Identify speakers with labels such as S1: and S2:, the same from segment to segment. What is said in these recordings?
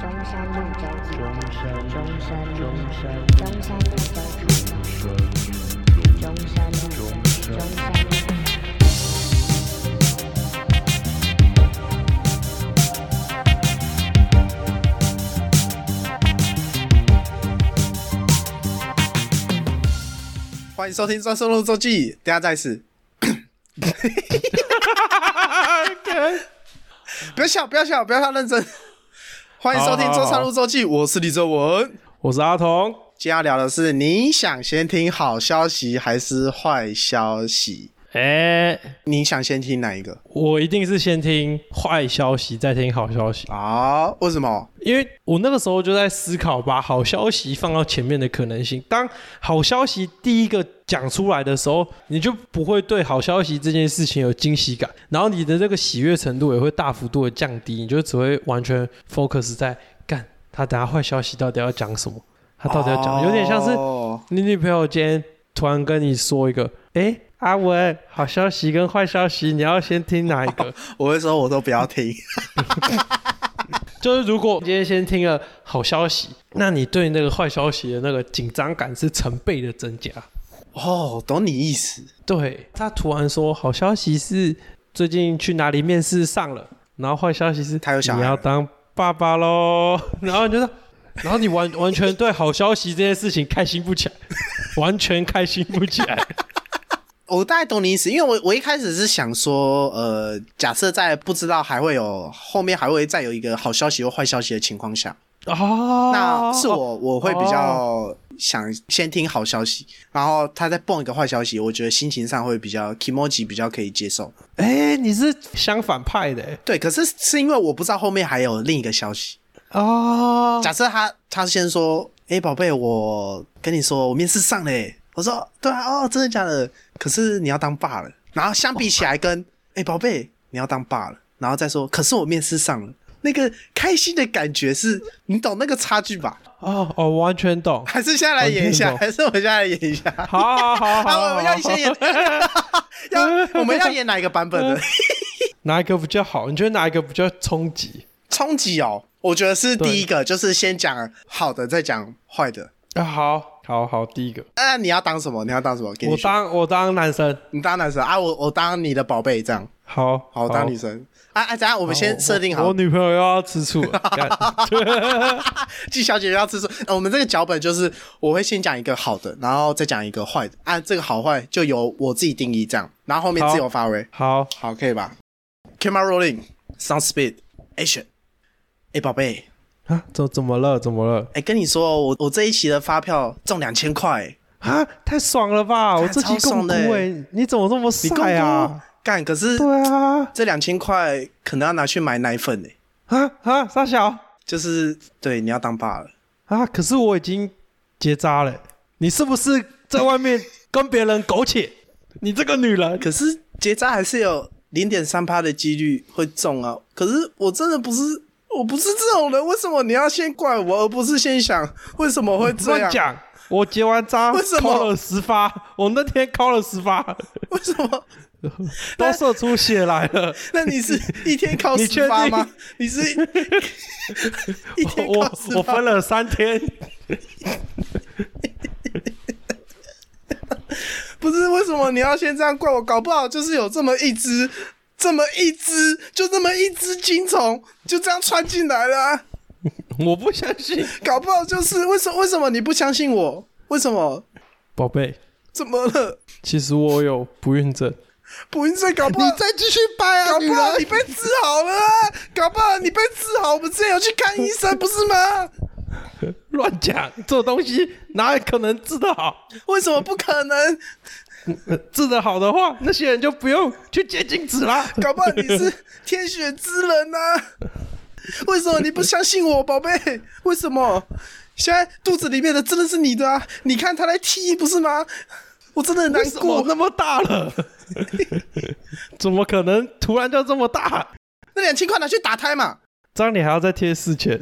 S1: 中山路中
S2: 中山路
S1: 中山路
S2: 中山路
S1: 中山路中中山路中山路。
S3: 欢迎收听《专送路周记》，等一下再 试。不要笑，不要笑，不要笑，认真。欢迎收听
S2: 好
S3: 《
S2: 好好
S3: 中山路周记》，我是李哲文。
S2: 我是阿童，
S3: 今天要聊的是，你想先听好消息还是坏消息？
S2: 哎、
S3: 你想先听哪一个？
S2: 我一定是先听坏消息，再听好消息，
S3: 啊、为什么？
S2: 因为我那个时候就在思考把好消息放到前面的可能性。当好消息第一个讲出来的时候，你就不会对好消息这件事情有惊喜感，然后你的这个喜悦程度也会大幅度的降低，你就只会完全 focus 在干他等下坏消息到底要讲什么，他到底要讲，有点像是
S3: 哦
S2: 你女朋友今天突然跟你说一个，哎、阿文，好消息跟坏消息，你要先听哪一 个？
S3: 我会说，我都不要听。
S2: 就是如果今天先听了好消息，那你对那个坏消息的那个紧张感是成倍的增加。
S3: 哦，懂你意思。
S2: 对他突然说好消息是最近去哪里面试上了，然后坏消息是
S3: 他有小孩
S2: 你要
S3: 了
S2: 当爸爸喽， 然后你就说，然后你完 完全对好消息这件事情开心不 起来，完全开心不起来。
S3: 我大概懂你意思，因为我我一开始是想说，呃，假设在不知道还会有后面还会再有一个好消息或坏消息的情况下，
S2: 哦，
S3: 那是我我会比较想先听好消息，然后他再蹦一个坏消息，我觉得心情上会比较 e m o j i 比较可以接受。
S2: 哎、你是相反派的欸
S3: 对，可是是因为我不知道后面还有另一个消息。
S2: 哦，
S3: 假设他他先说，哎、宝贝，我跟你说，我面试上了欸、我说，对啊，哦，真的假的？可是你要当爸了。然后相比起来跟，哎，宝贝，你要当爸了。然后再说，可是我面试上了，那个开心的感觉是，你懂那个差距吧？
S2: 哦哦，完 全懂。
S3: 还是先来演一下，
S2: 完哦
S3: 还是我先来演一下？
S2: 好好好好，
S3: 啊，我们要先演，要我们要演哪一个版本的？
S2: 哪一个比较好？你觉得哪一个比较冲击
S3: 冲击哦，我觉得是第一个，就是先讲好的，再讲坏的。
S2: 啊？好好好，第一个，
S3: 那、你要当什么？你要当什么？给你
S2: 我
S3: 选
S2: 当我当男生，
S3: 你当男生啊，我我当你的宝贝这样。
S2: 好
S3: 好，我当女生啊啊！等一下我
S2: 我
S3: 们先设定
S2: 我，
S3: 好
S2: 我，女朋友又要吃醋 了，干
S3: 季小姐要吃醋。呃我们这个脚本就是我会先讲一个好的，然后再讲一个坏的。啊，这个好坏就由我自己定义这样，然后后面
S2: 好
S3: 自由发挥。
S2: 好，
S3: 好，可以吧？Camera rolling, sound speed, action。哎，宝贝，
S2: 啊，怎怎么了？怎么了？
S3: 哎，跟你说，我我这一期的发票中两千块，哎
S2: 啊，太爽了吧！我这
S3: 超
S2: 期
S3: 爽
S2: 共
S3: 的
S2: 哭
S3: 欸
S2: 哎，你怎么这么
S3: 你够
S2: 晒啊？
S3: 干，可是
S2: 对啊，
S3: 这两千块可能要拿去买奶粉哎，
S2: 啊啊，傻小
S3: 就是对，你要当爸了。
S2: 啊，可是我已经结扎了，你是不是在外面跟别人苟且？你这个女人，
S3: 可是结扎还是有零点三趴的几率会中啊。可是我真的不是，我不是这种人，为什么你要先怪我，而不是先想为什么会这
S2: 乱
S3: 样？
S2: 讲！我结完扎，
S3: 为什么
S2: 敲了十发？我那天敲了 十发，
S3: 为什么？
S2: 都射出血来了。
S3: 那你是一天考
S2: 你确
S3: 十八
S2: 定
S3: 吗？你是一天
S2: 我
S3: 考十
S2: 我
S3: 八
S2: 分？了三天，
S3: 不是为什么你要先这样怪我？搞不好就是有这么一只，这么一只，就这么一只金虫，就这样穿进来了啊、
S2: 我不相信。
S3: 搞不好就是为什么？为什么你不相信我？为什么？
S2: 宝贝，
S3: 怎么了？
S2: 其实我有不孕症。
S3: 不孕症搞不好
S2: 再继续掰啊
S3: 搞不好你被治好了、啊，搞不好你被治好。我们之前有去看医生，不是吗？
S2: 乱讲！这种东西哪有可能治得好？
S3: 为什么不可能？
S2: 呃治得好的话，那些人就不用去接精子啦。
S3: 搞不好你是天选之人呐、为什么你不相信我，宝贝？为什么？现在肚子里面的真的是你的啊！你看他在踢，不是吗？我真的很难
S2: 为什么
S3: 过。
S2: 哎那么大了？ 怎么可能突然就这么大？
S3: 那两千块拿去打胎 嘛！
S2: 这样你还要再贴四千？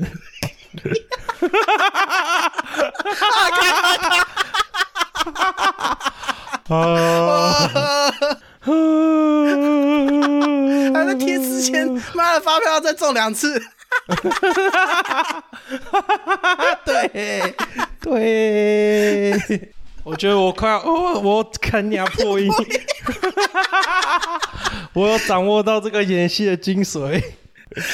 S2: 啊！
S3: 哎还在贴四千，妈的发票要再中两次。 对，
S2: 对，我觉得我快要，哦、我看你要破 音，我有掌握到这个演戏的精髓。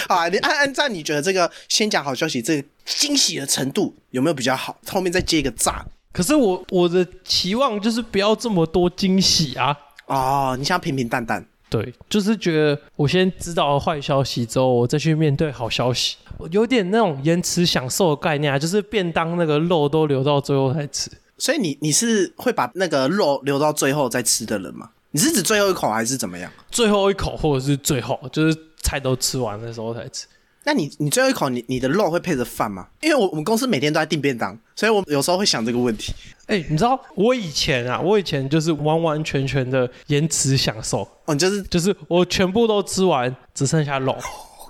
S3: 好啊，你按按照你觉得这个先讲好消息，这个惊喜的程度有没有比较好？后面再接一个炸
S2: 可是我我的期望就是不要这么多惊喜啊。
S3: 哦，你想平平淡淡，
S2: 对，就是觉得我先知道了坏消息之后，我再去面对好消息，我有点那种延迟享受的概念啊，就是便当那个肉都留到最后才吃。
S3: 所以你你是会把那个肉留到最后再吃的人吗？你是指最后一口还是怎么样？
S2: 最后一口，或者是最后，就是菜都吃完的时候才吃。
S3: 那你你最后一口你你的肉会配着饭吗？因为我我们公司每天都在订便当，所以我有时候会想这个问题。
S2: 哎、你知道我以前啊，我以前就是完完全全的延迟享受，
S3: 哦，你就是
S2: 就是我全部都吃完，只剩下肉，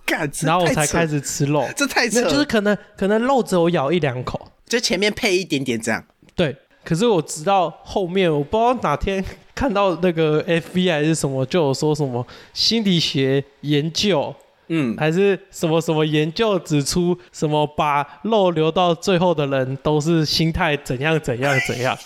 S3: 干， 这
S2: 然后我
S3: 太
S2: 才
S3: 扯
S2: 开，始吃肉。
S3: 这太
S2: 没
S3: 扯
S2: 有，
S3: 了，
S2: 就是可能可能肉只有咬一两口，
S3: 就前面配一点点这样。
S2: 对。可是我直到后面，我不知道哪天 看到那个 FB 还是什么，就有说什么心理学研究
S3: 嗯，
S2: 还是什么什么研究指出，什么把肉留到最后的人都是心态怎样怎样怎样，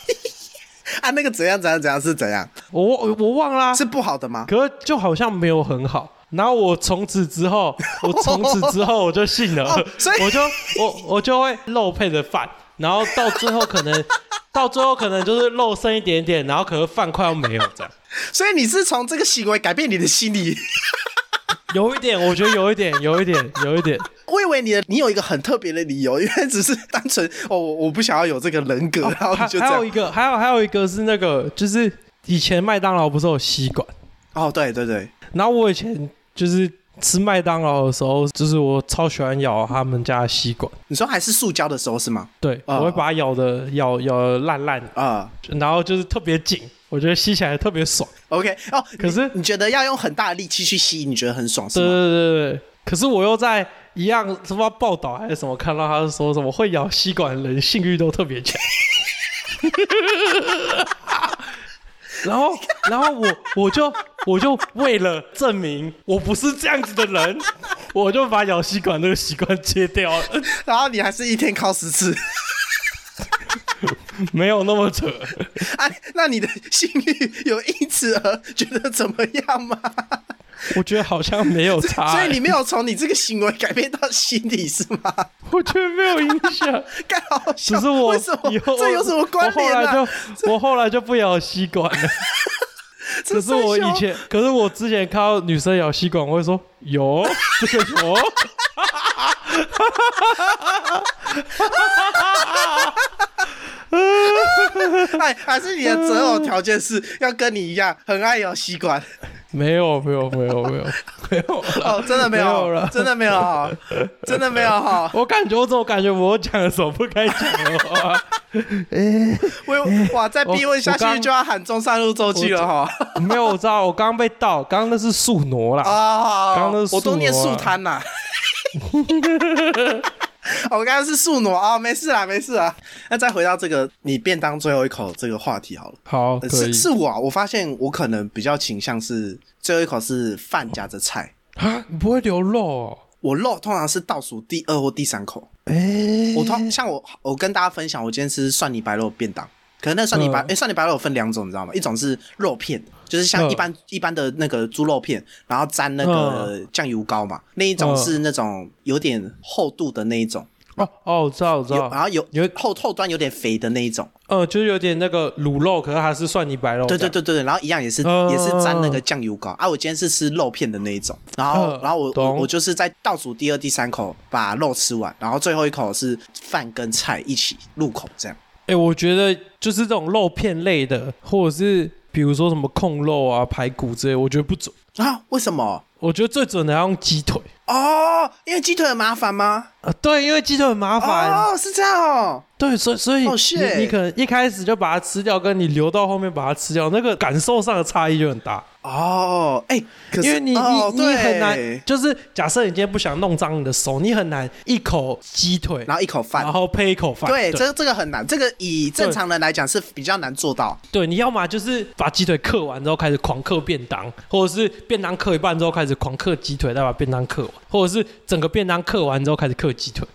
S3: 啊，那个怎样怎样怎样是怎样？
S2: 我我我忘啊啦、
S3: 是不好的吗？
S2: 可是就好像没有很好。然后我从此 之后，我从此之后我就信了，
S3: 哦所以
S2: 我就我我就会肉配着饭，然后到最后可 能到最后可能就是肉剩一点点，然后可能饭快要没有这样。
S3: 所以你是从这个行为改变你的心理。
S2: 有一点，我觉得有一点，有一点，有一点。
S3: 我以为你的你有一个很特别的理由，因为只是单纯哦，我我不想要有这个人格，然后
S2: 还
S3: 你哦就这
S2: 哦还有一
S3: 样。
S2: 个，还有还有一个是那个，就是以前麦当劳不是有吸管，
S3: 哦，对对对，
S2: 然后我以前就是吃麦当劳的时候，就是我超喜欢咬他们家的吸管，
S3: 你说还是塑胶的时候是吗？
S2: 对，
S3: 啊
S2: 我会把它咬的咬咬的烂烂的。
S3: 啊、
S2: 然后就是特别紧，我觉得吸起来特别爽。
S3: o k 哦，
S2: 可是呃
S3: 你你觉得要用很大的力气去吸，你觉得很爽是
S2: 对对
S3: 吗？
S2: 对对，可是我又在一样什么报道还是什么看到他说什么会咬吸管的人性欲都特别强。 然后，然后我我就我就为了证明我不是这样子的人，我就把咬吸管这个习惯戒掉了，
S3: 然后你还是一天靠十次
S2: 没有那么扯。
S3: 啊？那你的性欲有因此而觉得怎么样吗？
S2: 我觉得好像没有差、
S3: 所以你没有从你这个行为改变到心理是吗？
S2: 我觉得没有影响。
S3: 干好笑，
S2: 只是我
S3: 为什么
S2: 以后
S3: 这有什么关联
S2: 我后
S3: 啊
S2: 来？就我后来就不咬吸管了。
S3: 这
S2: 可是我
S3: 三
S2: 以
S3: 小
S2: 前，可是我之前看到女生咬吸管，我会说有 这个有。
S3: 哎，还是你的择偶条件是要跟你一样很爱咬吸 管？
S2: 没有没有没有没有没有
S3: 哦，真的没
S2: 没
S3: 有
S2: 有了
S3: 真的没有哈，真的没有哈。
S2: 我感觉我怎么感觉我讲了什么不该讲啊的话？
S3: 我哇，再逼问下
S2: 我我
S3: 去
S2: 刚
S3: 就要喊中山路周记了哈。
S2: 没有，我知道我刚刚被盗，刚刚那是树挪啦。
S3: 啊，
S2: 刚刚那是
S3: 我都念
S2: 素挪
S3: 素
S2: 啊
S3: 摊呐。 哦我刚刚是素挪啊，没事啦，没事啦。那再回到这个你便当最后一口这个话题好了。
S2: 好，
S3: 呃
S2: 哦可
S3: 是
S2: 以
S3: 是我啊，我发现我可能比较倾向是最后一口是饭夹着菜，
S2: 啊，你不会流肉哦？
S3: 我肉通常是倒数第二或第三口。
S2: 哎，
S3: 我通像我，我跟大家分享，我今天吃蒜泥白肉便当。可能那蒜泥白，哎、
S2: 嗯
S3: 蒜泥白肉有分两种，你知道吗？一种是肉片，就是像
S2: 嗯
S3: 一般、一般的那个猪肉片，然后沾那个
S2: 嗯
S3: 酱油膏嘛。另一种是那种有点厚度的那一种，
S2: 哦哦，我知道我知
S3: 有然
S2: 道，
S3: 后有
S2: 有
S3: 后后端有点肥的那一种。
S2: 呃，就是有点那个卤肉，可是它是蒜泥白肉。
S3: 对对，对对对，然后一样也是、
S2: 嗯
S3: 也是沾那个酱油膏啊。我今天是吃肉片的那一种，然后、
S2: 嗯
S3: 然后我我
S2: 懂
S3: 我就是在倒数第二第三口把肉吃完，然后最后一口是饭跟菜一起入口这样。
S2: 哎、我觉得就是这种肉片类的，或者是比如说什么控肉啊、排骨之类，我觉得不准。
S3: 啊？为什么？
S2: 我觉得最准的要用鸡腿，
S3: 哦，因为鸡腿很麻烦吗？
S2: 啊，对，因为鸡腿很麻烦，
S3: 哦，是这样哦，
S2: 对，所以所以你、
S3: Oh, shit
S2: 你可能一开始就把它吃掉，跟你留到后面把它吃掉，那个感受上的差异就很大。
S3: 哦，哎、可是
S2: 因为你、
S3: 哦、
S2: 你你
S3: 对
S2: 很难，就是假设你今天不想弄脏你的手，你很难一口鸡腿，
S3: 然后一口饭
S2: 然。后配一口哦饭。
S3: 对，
S2: 对
S3: 这这个很难，这个以正常人来讲是比较难做到。
S2: 对你要么就是把鸡腿嗑完之后开始狂嗑便当，或者是便当嗑一半之后开始狂嗑鸡腿，再把便当嗑完，或者是整个便当嗑完之后开始嗑鸡腿。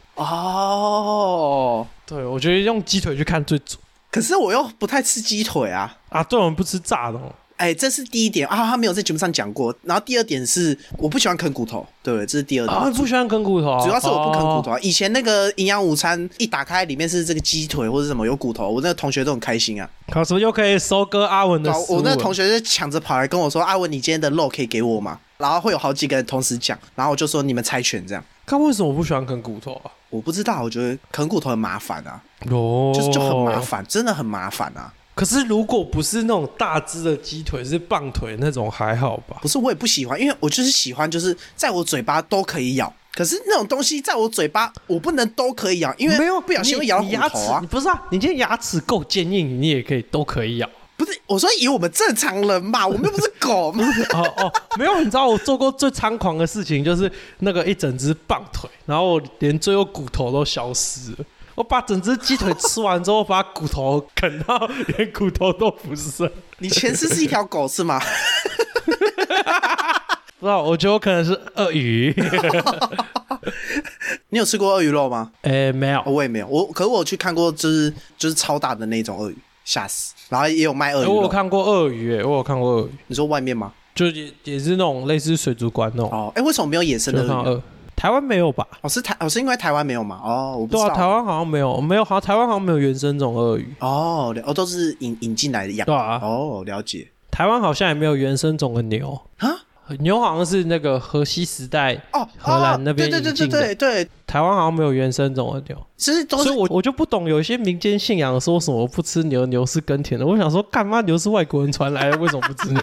S3: 哦，
S2: 对，我觉得用鸡腿去看最准
S3: 可是我又不太吃鸡腿啊。
S2: 啊。对，我们不吃炸的、哦。
S3: 哎，这是第一点啊，他没有在节目上讲过。然后第二点是，我不喜欢啃骨头，对，这是第二点。
S2: 啊，不喜欢啃骨头啊，
S3: 主要是我不啃骨
S2: 哦
S3: 头、啊。以前那个营养午餐一打开，里面是这个鸡腿或者什么有骨头，我那个同学都很开心啊。
S2: 好，什么又可以收割阿文的
S3: 然后
S2: 食
S3: 啊
S2: 物啊
S3: 我
S2: 了？
S3: 那个同学就抢着跑来跟我说：“阿文，你今天的肉可以给我吗？”然后会有好几个人同时讲，然后我就说：“你们猜拳这样。
S2: 他为什么不喜欢啃骨头啊？”
S3: 我不知道，我觉得啃骨头很麻烦啊，
S2: 哦
S3: 就是就很麻。烦，真的很麻烦啊。
S2: 可是如果不是那种大只的鸡腿，是棒腿那种还好吧？
S3: 不是，我也不喜欢，因为我就是喜欢，就是在我嘴巴都可以咬。可是那种东西在我嘴巴，我不能都可以咬，因为
S2: 没有
S3: 不小心会
S2: 你
S3: 咬到
S2: 你
S3: 骨
S2: 牙齿
S3: 头啊
S2: 你。不是啊，你今天牙齿够坚硬，你也可以都可以咬。
S3: 不是，我说以我们正常人 嘛，我们又不是狗嘛。
S2: 哦哦，没有，你知道我做过最猖狂的事情就是那个一整只棒腿，然后我连最后骨头都消失了。我把整只鸡腿吃完之后，把骨头啃到连骨头都不剩。
S3: 你前世是一条狗是吗？
S2: 不知道，我觉得我可能是 鳄鱼。
S3: 你有吃过鳄鱼肉吗？哦
S2: 哎、没有，
S3: 我也没有，我可是我有去看过，就是就是超大的那种鳄鱼，吓死。然后也有卖鳄鱼
S2: 欸我有
S3: 肉，
S2: 看过鳄鱼、欸，我有看过鳄鱼，
S3: 你说外面吗？
S2: 就也也是那种类似水族馆那种，
S3: 哦，哎，为什么没有野生
S2: 就
S3: 的
S2: 看到
S3: 鳄鱼？
S2: 鳄。台湾没有吧？
S3: 哦，是台，哦是因为台湾没有吗？哦，我不
S2: 对
S3: 知
S2: 啊，
S3: 道。
S2: 台湾好像没有，没有，好像台湾好像没有原生种鳄鱼。
S3: 哦，了哦都是引引进来的养。
S2: 对啊，
S3: 哦，了解
S2: 台湾好像也没有原生种的牛，
S3: 啊。
S2: 牛好像是那个河西时代，
S3: 哦，
S2: 荷兰
S3: 哦
S2: 那边
S3: 对对
S2: 引
S3: 对
S2: 进
S3: 对对
S2: 的
S3: 对，
S2: 台湾好像没有原生种的牛，
S3: 其实都
S2: 所
S3: 是
S2: 以我我就不懂，有一些民间信仰说什么不吃牛，牛是耕田的。我想说，干嘛牛是外国人传来的，为什么不吃牛？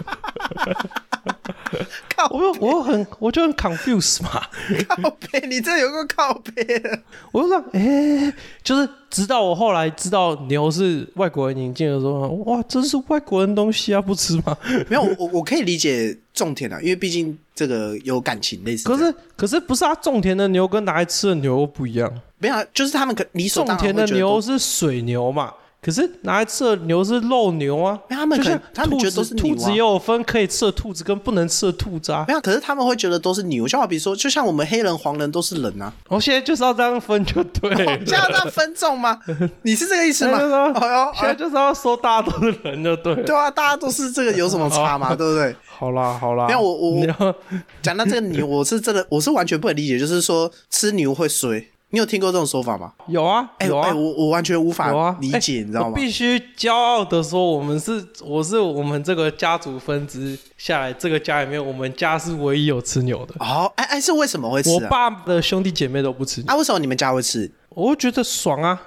S3: 靠
S2: 我又我又很我就很 confused 嘛。
S3: 靠背，你这有个靠背了。
S2: 我就说，哎、就是直到我后来知道牛是外国人引进的时候，哇，这是外国人东西啊，不吃吗？
S3: 没有，我我我可以理解种田啊，因为毕竟这个有感情类似这
S2: 可
S3: 样。
S2: 是可是不是啊，种田的牛跟拿来吃的牛又不一样，
S3: 没有啊，就是他们可理所
S2: 种
S3: 当然
S2: 田
S3: 会
S2: 的
S3: 觉得都
S2: 牛是水牛嘛。可是拿来吃的牛是肉牛啊，
S3: 哎没有他们
S2: 就
S3: 可能
S2: 像
S3: 他们觉得
S2: 兔
S3: 都是哎
S2: 子，
S3: 牛啊
S2: 兔子也有分可以吃的兔子跟不能吃的兔子啊。
S3: 没有，可是他们会觉得都是牛，就好比说，就像我们黑人、黄人都是人 啊，
S2: 我现在就是要这样分就对了，
S3: 哦这样让分众吗？你是这个意思吗？
S2: 哎就是说
S3: 哎呦，
S2: 现在
S3: 哎
S2: 就是要说大家都是人就对了。
S3: 对啊，大家都是这个有什么差 嘛？对不对？
S2: 好啦好啦，
S3: 没有我我
S2: 你要
S3: 讲到这个牛，我是真的，我是完全不能理解，就是说吃牛会衰，你有听过这种说法吗？
S2: 有啊
S3: 哎、
S2: 有啊
S3: 哎，我我完全无
S2: 有
S3: 法
S2: 啊，
S3: 理
S2: 哎
S3: 解，你知道
S2: 我
S3: 吗？
S2: 必须骄傲的说，我们是我是我们这个家族分支下来，这个家里面我们家是唯一有吃牛的。
S3: 哦，哎哎，是为什么会吃
S2: 我
S3: 啊？
S2: 爸的兄弟姐妹都不吃牛，
S3: 啊，为什么你们家会 吃？
S2: 我就觉得爽啊，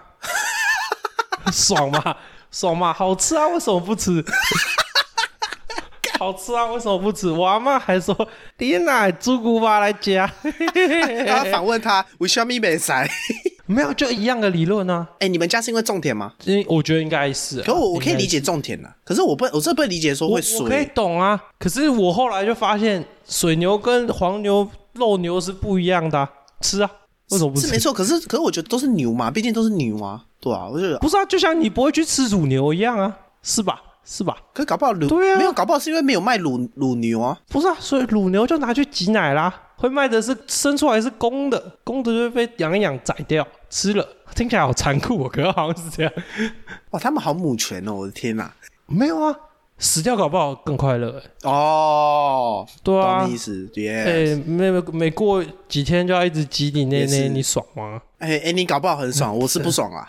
S2: 爽嘛，爽嘛，好吃啊，为什么 不吃？好吃啊，为什么不吃？我阿妈还说：“你哪猪骨巴来啊加？”
S3: 然后反问他，为什么 没塞？
S2: 没有，就一样的理论啊。
S3: 哎、你们家是因为种田吗？
S2: 因为我觉得应该是、啊，
S3: 可我我可以
S2: 应该
S3: 理解种田啊，可是我不我真的不能理解说
S2: 我
S3: 会
S2: 我可以
S3: 衰。
S2: 懂啊，可是我后来就发现，水牛跟黄牛、肉牛是不一样的啊、吃啊，为什么不
S3: 是
S2: 吃？
S3: 没错，可是可是我觉得都是牛嘛，毕竟都是牛啊，对啊，我觉得，
S2: 不是啊，就像你不会去吃乳牛一样啊，是吧？是吧？
S3: 可是搞不好乳
S2: 对啊
S3: 没有，搞不好是因为没有卖乳乳牛啊，
S2: 不是啊，所以乳牛就拿去挤奶啦，会卖的是生出来是公的，公的就会被养一养宰掉吃了，听起来好残酷哦，可是好像是这样。
S3: 哇，他们好母权哦，我的天哪、
S2: 没有啊，死掉搞不好更快乐、欸。
S3: 哦，
S2: 对啊
S3: 懂你意，思，耶、
S2: 哎、没没每过几天就要一直挤你内
S3: 也是
S2: 内，你爽 吗？
S3: 哎、哎、你搞不好很
S2: 嗯
S3: 爽，我是不爽啊，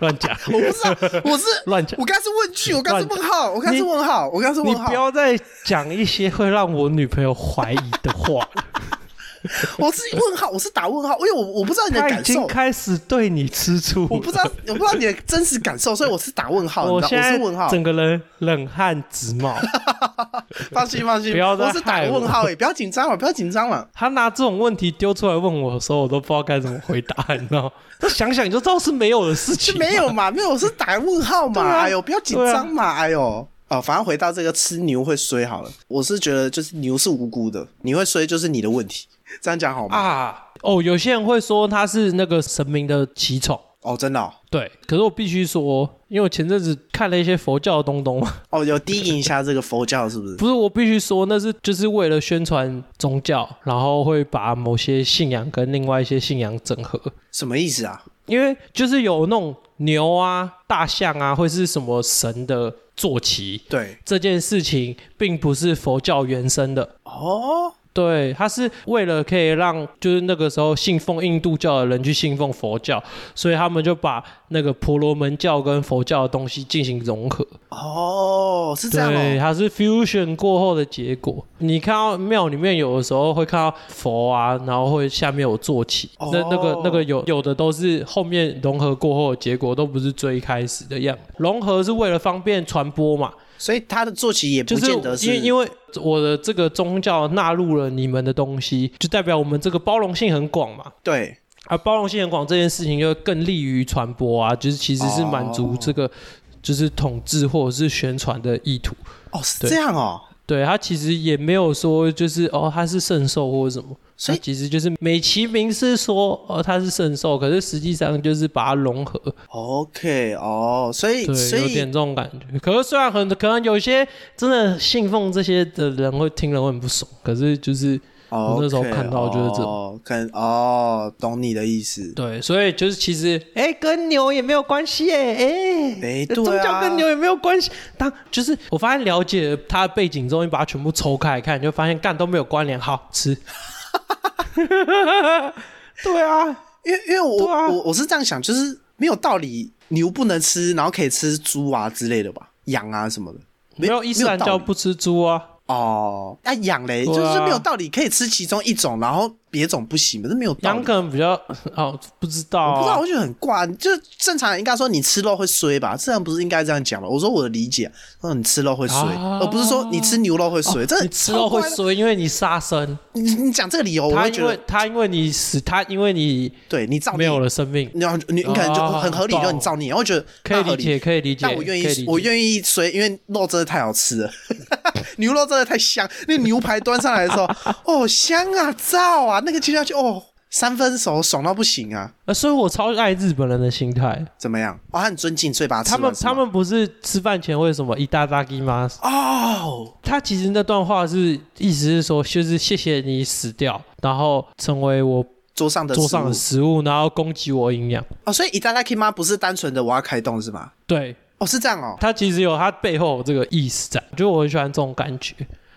S2: 乱讲，
S3: 我不知 道，我是
S2: 乱讲
S3: 我刚是问句，我刚是
S2: 乱
S3: 问号，我刚是问号，我刚是
S2: 你
S3: 问
S2: 不
S3: 号，
S2: 要再讲一些会让我女朋友怀疑 的话，
S3: 我是问号，我是打问号，因为我我不知道你的
S2: 她已
S3: 感受
S2: 经，开始对你吃醋。
S3: 我不 知道，我不知道你的真实感受，所以我是打问号，
S2: 我
S3: 你知
S2: 现
S3: 道，我
S2: 在
S3: 是问号，
S2: 整个人冷汗直冒。
S3: 放心放心，
S2: 不要再
S3: 我是打
S2: 害我
S3: 问号诶，不要紧张嘛，不要紧张嘛。
S2: 他拿这种问题丢出来问我的时候，我都不知道该怎么回答，你知道吗？ 那想想你就知道是没有的事情
S3: 就，没有 嘛，没有，我是打问号嘛，
S2: 对啊
S3: 哎呦，不要紧张嘛，哎呦。哦，反正回到这个吃牛会衰好了，我是觉得就是牛是无辜的，你会衰就是你的问题，这样讲好吗？
S2: 啊。哦，有些人会说他是那个神明的奇宠，
S3: 哦，真的哦，
S2: 对。可是我必须说，因为我前阵子看了一些佛教的东东，
S3: 哦有低吟一下这个佛教是不是？
S2: 不是我必须说，那是就是为了宣传宗教，然后会把某些信仰跟另外一些信仰整合，
S3: 什么意思啊？
S2: 因为就是有那种牛啊、大象啊，会是什么神的坐骑。
S3: 对，
S2: 这件事情并不是佛教原生的，
S3: 哦，
S2: 对，他是为了可以让就是那个时候信奉印度教的人去信奉佛教，所以他们就把那个婆罗门教跟佛教的东西进行融合。
S3: 哦，是这样
S2: 对，
S3: 哦，
S2: 它是 fusion 过后的结果。你看到庙里面有的时候会看到佛啊，然后会下面有坐骑，
S3: 哦
S2: 那那个那个有有的都是后面融合过后的结果，都不是最一开始的样子。融合是为了方便传播嘛，
S3: 所以他的坐骑也不
S2: 就是
S3: 见得是，
S2: 因为因为我的这个宗教纳入了你们的东西，就代表我们这个包容性很广嘛。
S3: 对，
S2: 而包容性很广这件事情，就更利于传播啊，就是其实是满足这个、就是统治或者是宣传的意图。
S3: 哦是
S2: 对
S3: 这样哦，
S2: 对他其实也没有说就是哦他是圣兽或者什么，
S3: 所以
S2: 它其实就是美其名是说哦他是圣兽，可是实际上就是把它融合，
S3: OK 哦，所以
S2: 对，
S3: 所
S2: 有
S3: 以
S2: 点这种感觉。可是虽然很可能有些真的信奉这些的人会听了会很不爽，可是就是
S3: 哦
S2: 我那时候
S3: OK，
S2: 看到就是这种
S3: 哦，看哦，懂你的意思，
S2: 对，所以就是其实哎、跟牛也没有关系哎
S3: 没
S2: 哎，
S3: 对啊
S2: 宗教跟牛也没有关系。当就是我发现了解了它的背景之后，你把它全部抽开来看，你就发现干都没有关联，好吃。对啊，
S3: 因为因为我、
S2: 对啊
S3: 我我是这样想，就是没有道理牛不能吃，然后可以吃猪啊之类的吧，羊啊什么的，
S2: 没有伊斯兰教
S3: 道理
S2: 不吃猪啊。
S3: 哦，那、羊嘞、
S2: 对
S3: 就
S2: 啊
S3: 是没有道理可以吃其中一种，然后别种不行嘛，这没有道理。
S2: 羊可能比较哦，不知道、
S3: 我不知道，
S2: 啊
S3: 我，觉得很怪，就是正常人应该说你吃肉会衰吧，自然不是应该这样讲吧？我说我的理解，说你吃肉会衰，
S2: 啊
S3: 而不是说你吃牛肉会衰，这
S2: 你吃肉会
S3: 超怪的。
S2: 衰，因为你杀生。
S3: 你你讲这个理由，我
S2: 他
S3: 会觉
S2: 因为
S3: 得
S2: 他因为你死，他因为你
S3: 对你造孽
S2: 没有了生命，
S3: 然后你你可能就
S2: 哦
S3: 很合理，
S2: 懂
S3: 就你造孽，我会觉得
S2: 可以
S3: 那合
S2: 理解，可以理解。
S3: 但我愿
S2: 可以理
S3: 意，
S2: 解
S3: 我愿意随，因为肉真的太好吃了， 牛肉真的太香。那牛排端上来的时 候，哦，香啊，燥啊，那个切下去，哦，三分熟，爽到不行啊！
S2: 呃，所以我超爱日本人的心态。
S3: 怎么样？哦，他很尊敬，所以把它吃
S2: 他
S3: 完
S2: 们
S3: 是吗啊
S2: 他们不是吃饭前会什么一大大鸡吗？
S3: 哦，
S2: 他其实那段话是意思是说，就是谢谢你死掉，然后成为我
S3: 桌上的
S2: 桌上的
S3: 食
S2: 食物，然后供给我营养。
S3: 物哦，所以伊达拉 K 妈不是单纯的我要开动是吗？
S2: 对
S3: 哦，是这样哦，
S2: 他其实有他背后有这个意思在，就我很喜欢这种感觉，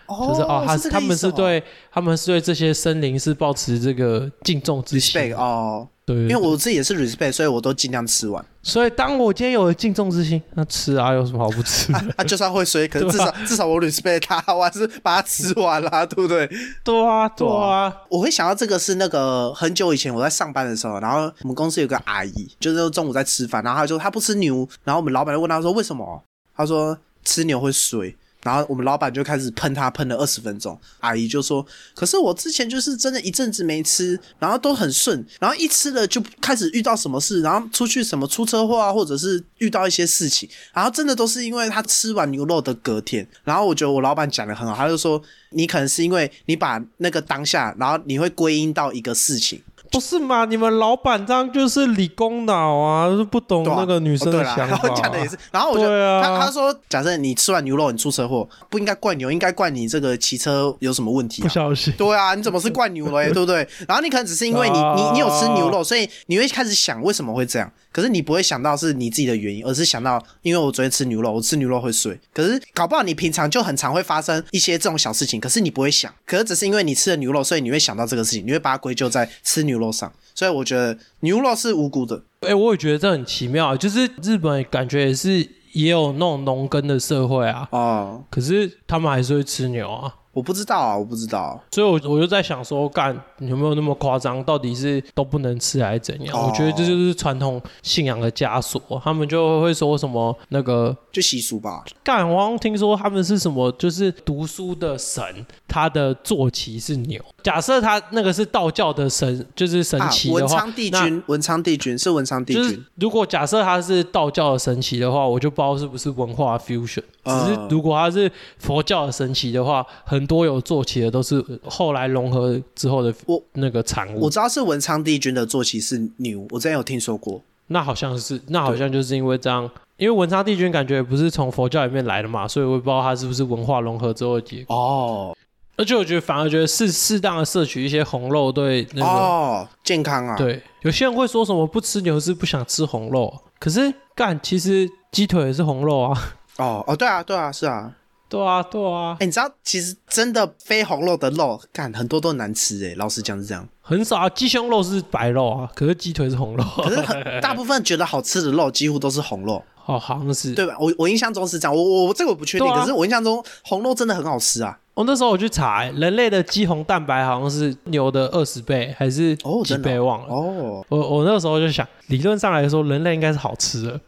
S2: 就是哦，他
S3: 是
S2: 他们是对他们是对这些森林是保持这个敬重之心
S3: respect，哦，
S2: 对，
S3: 因为我自己也是 respect，所以我都尽量吃 完。
S2: 所以当我今天有了敬重之心，那吃啊有什么好不吃的？
S3: 啊，就算会衰，可是至少至少我 respect 他， 我还是把它吃完啦， 对不对？
S2: 对啊，对
S3: 对
S2: 啊，
S3: 我会想到这个是那个很久以前我在上班的时候，然后我们公司有个阿姨，就是中午在吃饭，然后她就她不吃牛，然后我们老板就问她说为什么，她说吃牛会衰。然后我们老板就开始喷她，喷了二十分钟。阿姨就说：“可是我之前就是真的一阵子没吃，然后都很顺，然后一吃了就开始遇到什么事，然后出去什么出车祸啊，或者是遇到一些事情，然后真的都是因为他吃完牛肉的隔天。然后我觉得我老板讲的很好，他就说你可能是因为你把那个当下，然后你会归因到一个事情，
S2: 不是嘛？你们老板这样就是理工脑啊，就是不懂
S3: 对啊
S2: 那个女生
S3: 哦对
S2: 的
S3: 啦
S2: 想
S3: 然
S2: 法、啊
S3: 后讲的也是，然后 我就、
S2: 对啊
S3: 他他说，假设你吃完牛肉你出车祸，不应该怪牛，应该怪你这个骑车有什么问题、啊。
S2: 不小心。
S3: 对啊，你怎么是怪牛 了耶，对不对？然后你可能只是因为你
S2: 啊
S3: 你你有吃牛肉，所以你会开始想为什么会这样。可是你不会想到是你自己的原因，而是想到因为我昨天吃牛肉，我吃牛肉会睡。可是搞不好你平常就很常会发生一些这种小事情，可是你不会想，可是只是因为你吃了牛肉，所以你会想到这个事情，你会把它归咎在吃牛肉上。所以我觉得牛肉是无辜的，
S2: 哎、我也觉得这很奇妙，就是日本感觉也是也有那种农耕的社会啊，
S3: 哦，
S2: 可是他们还是会吃牛啊。
S3: 我不知道啊，我不知道啊、
S2: 所以我我就在想说，干有没有那么夸张？到底是都不能吃还是怎样？
S3: 哦
S2: 我觉得这就是传统信仰的枷锁。他们就会说什么那个
S3: 就习俗吧。
S2: 干，我好像听说他们是什么，就是读书的神，他的坐骑是牛。假设他那个是道教的神，就是神
S3: 啊，
S2: 奇
S3: 文
S2: 的话，
S3: 昌帝
S2: 那
S3: 君，文昌帝君是文昌帝
S2: 就是
S3: 君，
S2: 如果假设它是道教的神奇的话，我就不知道是不是文化 fusion。
S3: 嗯
S2: 只是如果它是佛教的神奇的话，很多有做起的都是后来融合之后的
S3: 我
S2: 那个产
S3: 我
S2: 物。
S3: 知道是文昌帝君的坐骑是牛，我之前有听说过。
S2: 那好像是，那好像就是因为这样，因为文昌帝君感觉也不是从佛教里面来的嘛，所以我也不知道它是不是文化融合之后的结果。
S3: 哦
S2: 而且我觉得反而觉得适适当的摄取一些红肉对那个、
S3: 哦，健康啊，
S2: 对，有些人会说什么不吃牛是不想吃红肉，可是干其实鸡腿也是红肉啊。
S3: 哦哦，对啊，对啊，是啊。
S2: 对啊，对啊
S3: 哎、，你知道其实真的非红肉的肉，干很多都难吃哎、老实讲是 这样。
S2: 很少啊。鸡胸肉是白肉啊，可是鸡腿是红肉。
S3: 可是很大部分觉得好吃的肉几乎都是红肉，
S2: 哦，好像是。
S3: 对吧？我我印象中是这样，我我我这个我不确定，
S2: 对啊
S3: 可是我印象中红肉真的很好吃啊。
S2: 哦，那时候我去查、欸人类的肌红蛋白好像是牛的二十倍还是
S3: 哦
S2: 几
S3: 真的哦
S2: 倍忘了。
S3: 哦，
S2: 我我那时候就想，理论上来说，人类应该是好吃的。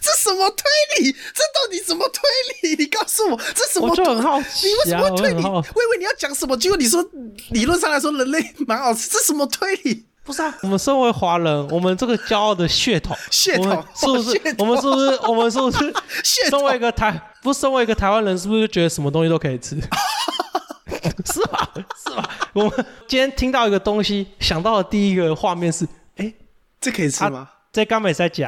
S3: 这什么推理？这到底怎么推理？你告诉我，这什么
S2: 我就
S3: 推？
S2: 很好
S3: 你为
S2: 奇
S3: 什
S2: 啊，
S3: 么
S2: 我
S3: 会推
S2: 很
S3: 理？我
S2: 好。
S3: 以为你要讲什么，结果你说理论上来说人类蛮好吃，这什么推理？
S2: 不是啊，我们身为华人，我们这个骄傲的血统，
S3: 血
S2: 我
S3: 统
S2: 们是不
S3: 血
S2: 是？我
S3: 统
S2: 们是不是？我们是不是？
S3: 血
S2: 身为一
S3: 统
S2: 个台，不是身为一个台湾人，是不是就觉得什么东西都可 以吃？是吧？是吧？我们今天听到一个东西，想到的第一个画面是，哎、
S3: 这可以吃
S2: 啊
S3: 吗？
S2: 这刚没 在夹，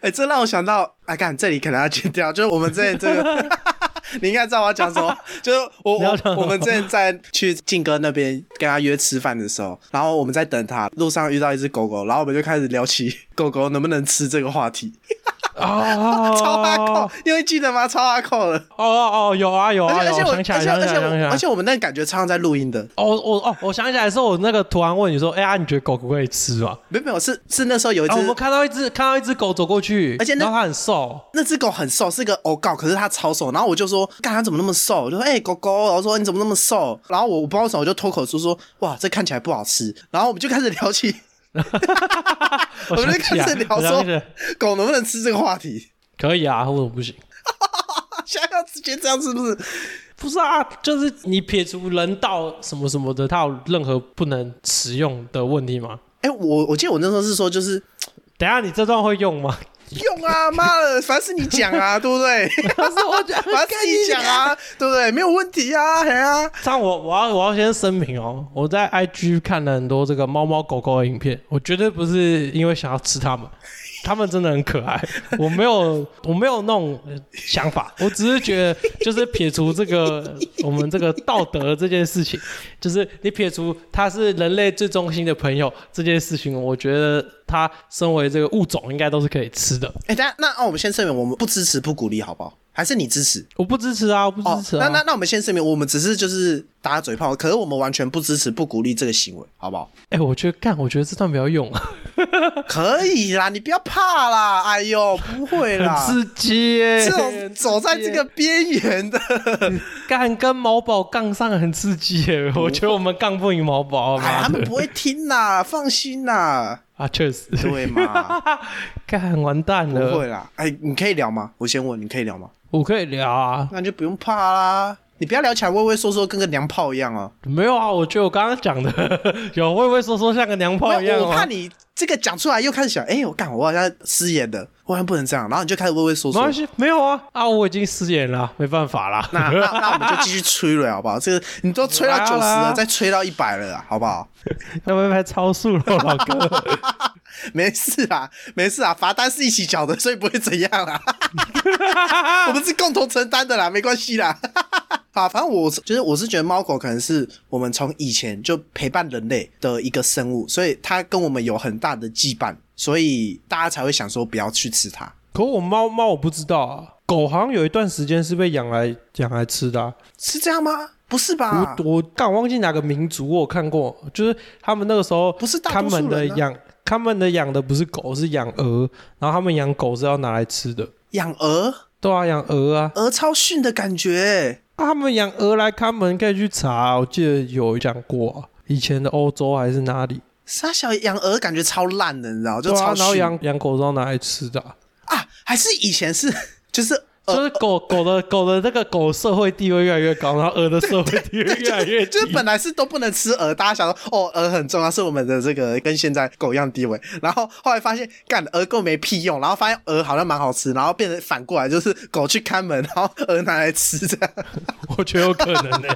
S3: 哎、这让我想到，哎、看这里可能要剪掉，就是我们之前这个， 你应该知道我要讲 什么，就是我
S2: 你要
S3: 我
S2: 讲什么
S3: 我们之前在去靖哥那边跟他约吃饭的时候，然后我们在等他，路上遇到一只狗狗，然后我们就开始聊起 狗狗能不能吃这个话题，
S2: 哦，
S3: 超阿扣
S2: 哦，
S3: 你会记得吗？超阿扣的，
S2: 哦哦，有啊有
S3: 而
S2: 啊
S3: 且而
S2: 有啊，
S3: 且我
S2: 想
S3: 而
S2: 起
S3: 且
S2: 来
S3: 而且
S2: 想起来
S3: 我
S2: 想
S3: 而
S2: 起
S3: 且
S2: 来。
S3: 我们那个感觉常常在录音的，
S2: 哦，我哦，我想起来，是我那个突然问你说，哎、呀，你觉得狗狗可以吃吗？
S3: 没有没有是是那时候有一
S2: 然
S3: 只、
S2: 哦后我们看到一只看到一只狗走过去，
S3: 而且那
S2: 然后它很瘦，
S3: 那只狗很瘦，是个欧告，可是它超瘦。然后我就说，干它怎么那么瘦？我就说，哎、狗狗，然后说你怎么那么瘦？然后我我不知道为什么，我就脱口说说，哇，这看起来不好吃。然后我们就开始聊起
S2: 我
S3: 我们
S2: 想起
S3: 就
S2: 来
S3: 开始聊
S2: 我想
S3: 说
S2: 起来
S3: 狗能不能吃这个话题。
S2: 可以啊，为什么不行？
S3: 啊现在要直接这样是不是？
S2: 不是啊，就是你撇除人道什么什么的，它有任何不能使用的问题吗？
S3: 哎、我我记得我那时候是说，就是
S2: 等一下你这段会用吗？
S3: 用啊，妈的，凡是你讲啊，对不对？
S2: 但是 我觉得
S3: 凡是你讲啊，对不对？没有问题啊，嘿啊，
S2: 这样我我要我要先声明哦，我在 IG 看了很多这个猫猫狗狗的影片，我绝对不是因为想要吃它们，它们真的很可爱，我没有我没有那种呃想法，我只是觉得就是撇除这个我们这个道德这件事情，就是你撇除它是人类最忠心的朋友这件事情，我觉得它身为这个物种应该都是可以吃的，
S3: 哎、大家那那我们先声明，我们不支持不鼓励，好不好？还是你支持？
S2: 我不支持啊，我不支持啊，
S3: 哦那那那我们先声明，我们只是就是打嘴炮，可是我们完全不支持、不鼓励这个行为，好不 好？
S2: 哎、我觉得干，我觉得这段不要用啊。
S3: 可以啦，你不要怕啦，哎呦，不会啦，
S2: 很刺激耶、
S3: 啊这
S2: 很
S3: 种
S2: 刺
S3: 哦走在
S2: 激
S3: 这
S2: 耶
S3: 个边缘 的，
S2: 干跟毛宝杠上很刺激耶、 我觉得我们杠不赢毛宝，
S3: 哎，
S2: 妈
S3: 他
S2: 的
S3: 们不会听啦，放心 啦，
S2: 啊，确实，
S3: 对嘛，
S2: 干完蛋
S3: 不
S2: 了
S3: 会。啦，哎，你可以聊吗？我先问，你可以聊吗？
S2: 我可以聊啊，
S3: 那就不用怕啦，你不要聊起来畏畏缩缩，跟个娘炮一样哦、
S2: 没有啊，我觉得我刚刚讲的 有畏畏缩缩，像个娘炮一
S3: 没
S2: 样、
S3: 有
S2: 哦。
S3: 我怕你这个讲出来又开始想，哎、我干，我好像失言了，我好像不能这样，然后你就开始畏畏缩
S2: 没
S3: 缩
S2: 关。系，没有啊啊，我已经失言了，没办法啦。
S3: 那那那我们就继续吹了，好不好？这个你都吹到
S2: 来啊
S3: 九十
S2: 来
S3: 了，
S2: 啊
S3: 再吹到一百了，好不好？
S2: 要不要超速了，老哥？
S3: 没事啊，没事啊，罚单是一起缴的，所以不会怎样啦。 我们是共同承担的啦，没关系啦。 好，反正我是就是我是觉得猫狗可能是我们从以前就陪伴人类的一个生物，所以它跟我们有很大的羁绊，所以大家才会想说不要去吃它，
S2: 可我猫猫我不知道啊，狗好像有一段时间是被养来养来吃的、啊。
S3: 是这样吗？不是吧？
S2: 我我刚忘记哪个民族，我有看过，就是他们那个时候
S3: 不是大
S2: 他
S3: 多数人啊
S2: 们的养，他们的养的不是狗，是养鹅，然后他们养狗是要拿来吃的。
S3: 养鹅
S2: 对啊，养鹅啊，
S3: 鹅超逊的感觉、欸。
S2: 啊他们养鹅来看门可以去查啊、我记得有讲过、啊，以前的欧洲还是哪里，
S3: 傻啊小养鹅感觉超烂的，你知道？就
S2: 对啊
S3: 超，
S2: 然后
S3: 逊
S2: 养养狗都拿来吃的啊、
S3: 啊，还是以前是 就是
S2: 就是狗狗
S3: 呃
S2: 的狗的那个狗社会地位越来越高，然后鹅的社会地位越来越低。
S3: 就是本来是都不能吃鹅，大家想说哦，鹅很重要，是我们的这个跟现在狗一样地位。然后后来发现，干鹅够没屁用，然后发现鹅好像蛮好吃，然后变成反过来，就是狗去看门， 然后鹅拿来吃这样。
S2: 我觉得有可能欸 呢、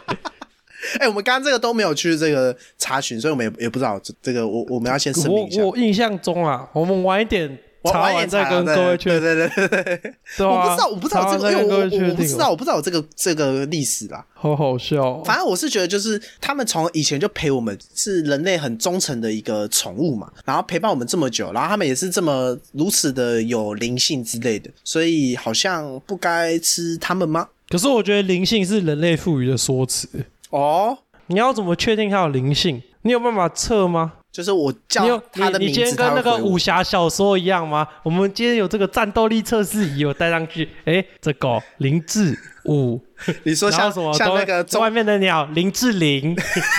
S3: 哎、我们刚刚这个都没有去这个查询，所以我们也也不知道这这个，我我们要先声明一下
S2: 我。我印象中啊，我们晚一点
S3: 我
S2: 查
S3: 晚一
S2: 完
S3: 点
S2: 再
S3: 查
S2: 跟
S3: 对
S2: 各位确
S3: 对对对对对，
S2: 对
S3: 我
S2: 啊
S3: 不知道，我不知道这
S2: 查完
S3: 个，
S2: 再
S3: 因
S2: 跟各
S3: 为我
S2: 位
S3: 我我
S2: 确
S3: 不
S2: 定
S3: 知
S2: 哦
S3: 道，我不知道有这个这个历史啦。
S2: 好好笑、哦。
S3: 反正我是觉得，就是他们从以前就陪我们，是人类很忠诚的一个宠物嘛，然后陪伴我们这么久，然后他们也是这么如此的有灵性之类的，所以好像不该吃他们吗？
S2: 可是我觉得灵性是人类赋予的说辞，
S3: 哦，
S2: 你要怎么确定它有灵性？你有办法测吗？
S3: 就是我
S2: 你
S3: 叫
S2: 有
S3: 他的
S2: 你
S3: 名
S2: 你今
S3: 字，
S2: 天
S3: 他
S2: 跟
S3: 会
S2: 那个
S3: 回
S2: 武
S3: 我。
S2: 侠小说一样吗？我们今天有这个战斗力测试仪，我带上去，哎，这狗林志武，
S3: 你说
S2: 然后
S3: 像
S2: 什么
S3: 像
S2: 都
S3: 那个
S2: 外
S3: 中
S2: 面的鸟林志玲，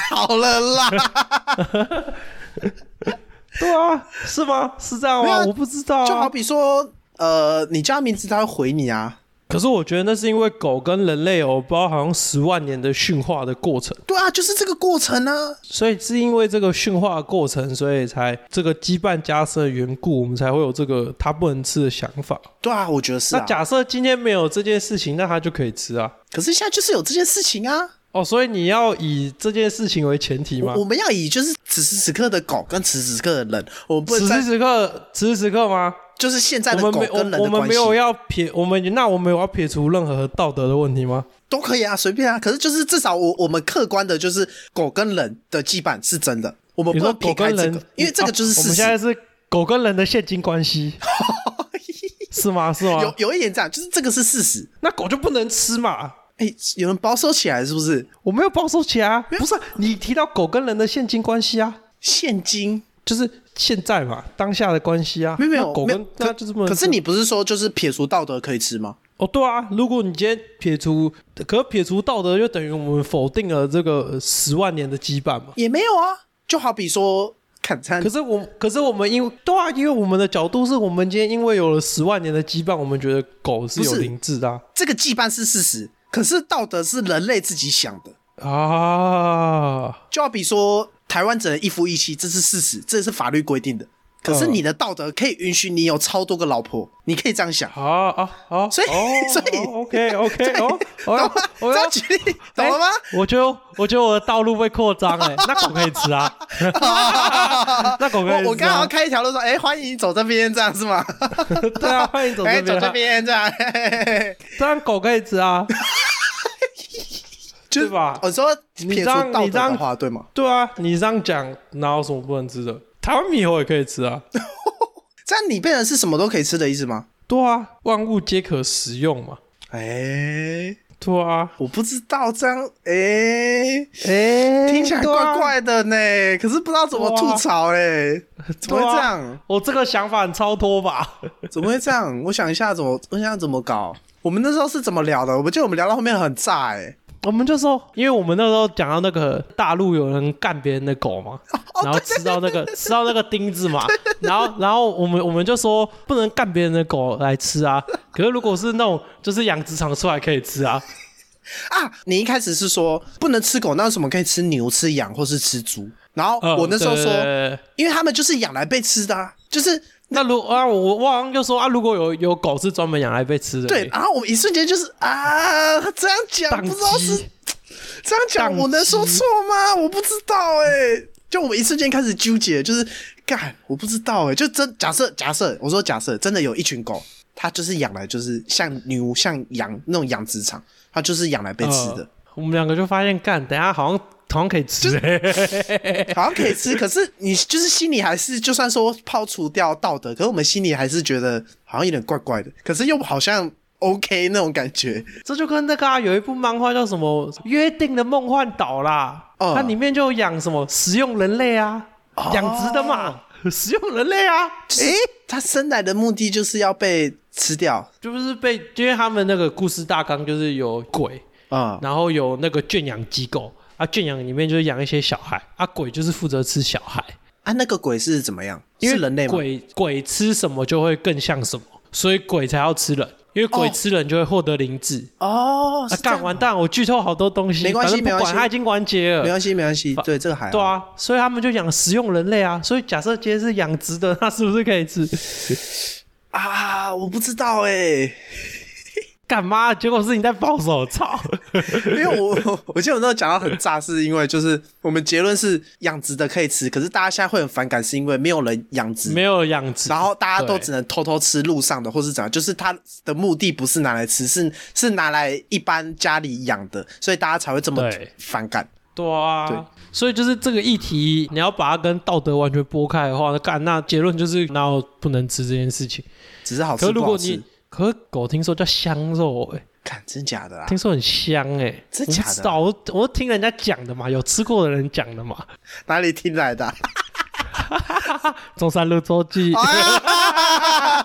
S3: 好了啦，
S2: 对啊，是吗？是这样
S3: 没有
S2: 吗？
S3: 啊
S2: 我不知道、
S3: 就好
S2: 啊。
S3: 比说，呃，你叫他名字，他会回你啊。
S2: 可是我觉得那是因为狗跟人类有包好像十万年的驯化的过程，
S3: 对啊，就是这个过程啊。
S2: 所以是因为这个驯化的过程，所以才这个羁绊加深的缘故，我们才会有这个它不能吃的想法。
S3: 对啊，我觉得是
S2: 那
S3: 啊。
S2: 假设今天没有这件事情，那它就可以吃啊。
S3: 可是现在就是有这件事情啊。
S2: 哦，所以你要以这件事情为前提吗
S3: 我？我们要以就是此时此刻的狗跟此时此刻的人，我们不
S2: 此
S3: 能
S2: 时
S3: 在
S2: 此刻，此时此刻吗？
S3: 就是现在的
S2: 我
S3: 狗
S2: 们没，
S3: 跟人
S2: 我
S3: 的
S2: 我们
S3: 关
S2: 没
S3: 系
S2: 有要撇，我们那我们有要撇除任何道德的问题吗？
S3: 都可以啊，随便啊。可是就是至少我我们客观的，就是狗跟人的羁绊是真的，我们
S2: 你
S3: 不
S2: 说
S3: 能
S2: 狗
S3: 撇开
S2: 跟
S3: 这
S2: 人
S3: 个，，因为这个就是
S2: 啊我
S3: 事实
S2: 们现。在是狗跟人的现金 关系，是吗？是吗？
S3: 有有一点这样，就是这个是事实。
S2: 那狗就不能吃嘛？
S3: 哎、有人保守起来是不是？
S2: 我没有保守起来啊，不是啊你提到狗跟人的现金关系啊，
S3: 现金
S2: 就是现在嘛，当下的关系啊。
S3: 没有没
S2: 那
S3: 有
S2: 狗
S3: 没有
S2: 跟那
S3: 可
S2: 就是不能
S3: 可
S2: 吃
S3: 是你不是说就是撇除道德可以吃吗？
S2: 哦，对啊，如果你今天撇除，可是撇除道德，就等于我们否定了这个十万年的羁绊嘛。
S3: 也没有啊，就好比说看餐
S2: 可是我，可是我们因为对啊，因为我们的角度是我们今天因为有了十万年的羁绊，我们觉得狗是有
S3: 不是
S2: 灵智的啊。
S3: 这个羁绊是事实，可是道德是人类自己想的。
S2: 啊
S3: 就好比说台湾只能一夫一妻，这是事实，这是法律规定的。可是你的道德可以允许你有超多个老婆，你可以这样想。
S2: 啊啊啊！
S3: 所以
S2: 哦
S3: 所以
S2: 哦，OK OK，哦，我要
S3: 懂
S2: 我
S3: 吗？
S2: 要
S3: 这举例，懂了吗？
S2: 欸 我觉得，我觉得我的道路被扩 张哎，那狗可以吃啊， 那狗可以吃、啊
S3: 我我刚好开一条路说，哎、欢迎你走这边，这样是吗？
S2: 对啊，欢 迎走
S3: 哎、
S2: 这
S3: 走
S2: 边、
S3: 这
S2: 啊，
S3: 边这样，嘿嘿嘿
S2: 当然狗可以吃啊，
S3: 就是
S2: 对吧
S3: 我哦说
S2: 你
S3: 撇除
S2: 这样
S3: 道德
S2: 你这样
S3: 的话，对吗？
S2: 对啊，你这样讲哪有什么不能吃的？台湾猕猴也可以吃啊，
S3: 这样你变成是什么都可以吃的意思吗？
S2: 对啊，万物皆可食用嘛，
S3: 哎、
S2: 对啊，
S3: 我不知道这样，哎、
S2: 哎、
S3: 听起来怪
S2: 对啊。
S3: 怪的呢，可是不知道怎么吐槽嘞、怎么会这样？
S2: 啊我这个想法很超脱吧？
S3: 怎么会这样？我想一下怎么，我想一下怎么搞。我们那时候是怎么聊的？我记得我们聊到后面很炸哎、
S2: 我们就说，因为我们那时候讲到那个大陆有人干别人的狗 嘛，
S3: 哦
S2: 然后吃到那个吃到那个钉子嘛，然后然后我们我们就说不能干别人的狗来 吃啊。可是如果是那种就是养殖场出来可以吃啊，
S3: 啊！你一开始是说不能吃狗，那为什么可以吃牛、吃羊或是吃猪？然后
S2: 嗯
S3: 我那时候说，
S2: 对对对对
S3: 因为他们就是养来被吃的、啊，就是
S2: 那如啊我我好像就说啊，如果有有狗是专门养来被吃的，
S3: 对。然啊后我们一瞬间就是啊，他这样讲
S2: 宕
S3: 不知道是
S2: 机，
S3: 这样讲，
S2: 宕
S3: 我能说
S2: 机
S3: 错吗？我不知道哎、就我们一瞬间开始纠结，就是干，我不知道哎、就真假设假设，我说假设真的有一群狗，它就是养来就是像牛像羊那种养殖场，它就是养来被吃的
S2: 呃，我们两个就发现干，等一下好像好像可以吃、
S3: 好像可以吃。可是你就是心里还是，就算说抛除掉道德，可是我们心里还是觉得好像有点怪怪的，可是又好像 OK 那种感觉。
S2: 这就跟那个、啊、有一部漫画叫什么《约定的梦幻岛》啦，
S3: 嗯
S2: 它里面就有养什么食用人类啊，
S3: 哦
S2: 养殖的嘛，食用人类啊，
S3: 诶、它生来的目的就是要被吃掉
S2: 就是被，因为他们那个故事大纲就是有鬼，
S3: 啊、
S2: 然后有那个圈养机构啊，圈养里面就是养一些小孩啊，鬼就是负责吃小孩，
S3: 啊！那个鬼是怎么样？
S2: 因为
S3: 是人类吗？
S2: 鬼鬼吃什么就会更像什么，所以鬼才要吃人，因为鬼
S3: 哦
S2: 吃人就会获得灵智。
S3: 哦，
S2: 啊
S3: 是，这样
S2: 干完蛋！我剧透好多东西，
S3: 没关系
S2: 反正
S3: 没
S2: 不
S3: 关
S2: 管，
S3: 系
S2: 它已经完结
S3: 没
S2: 了。
S3: 关系，没关系，对，这个还好
S2: 对，啊，所以他们就养食用人类啊。所以假设今天是养殖的，那是不是可以吃？
S3: 啊，我不知道哎、
S2: 干嘛？结果是你在保守， 操！
S3: 因为我我我记得我那时候讲到很炸，是因为就是我们结论是养殖的可以吃，可是大家现在会很反感，是因为没有人养殖，
S2: 没有养殖，
S3: 然后大家都
S2: 对
S3: 只能偷偷吃路上的，或是怎样，就是它的目的不是拿来吃，是是拿来一般家里养的，所以大家才会这么
S2: 对
S3: 反感。
S2: 对啊，
S3: 对
S2: 所以就是这个议题，你要把它跟道德完全拨开的话，那干那结论就是哪有不能吃这件事情。
S3: 只是好
S2: 可
S3: 吃
S2: 是如
S3: 不
S2: 果
S3: 好
S2: 你
S3: 吃，
S2: 可是狗听说叫香肉、欸，
S3: 看真假的啦啊
S2: 听。说很香哎、欸，
S3: 真
S2: 我不
S3: 假的
S2: 知道，我我听人家讲的嘛，有吃过的人讲的嘛，
S3: 哪里听来 的啊、
S2: 中山路周记。
S3: 哎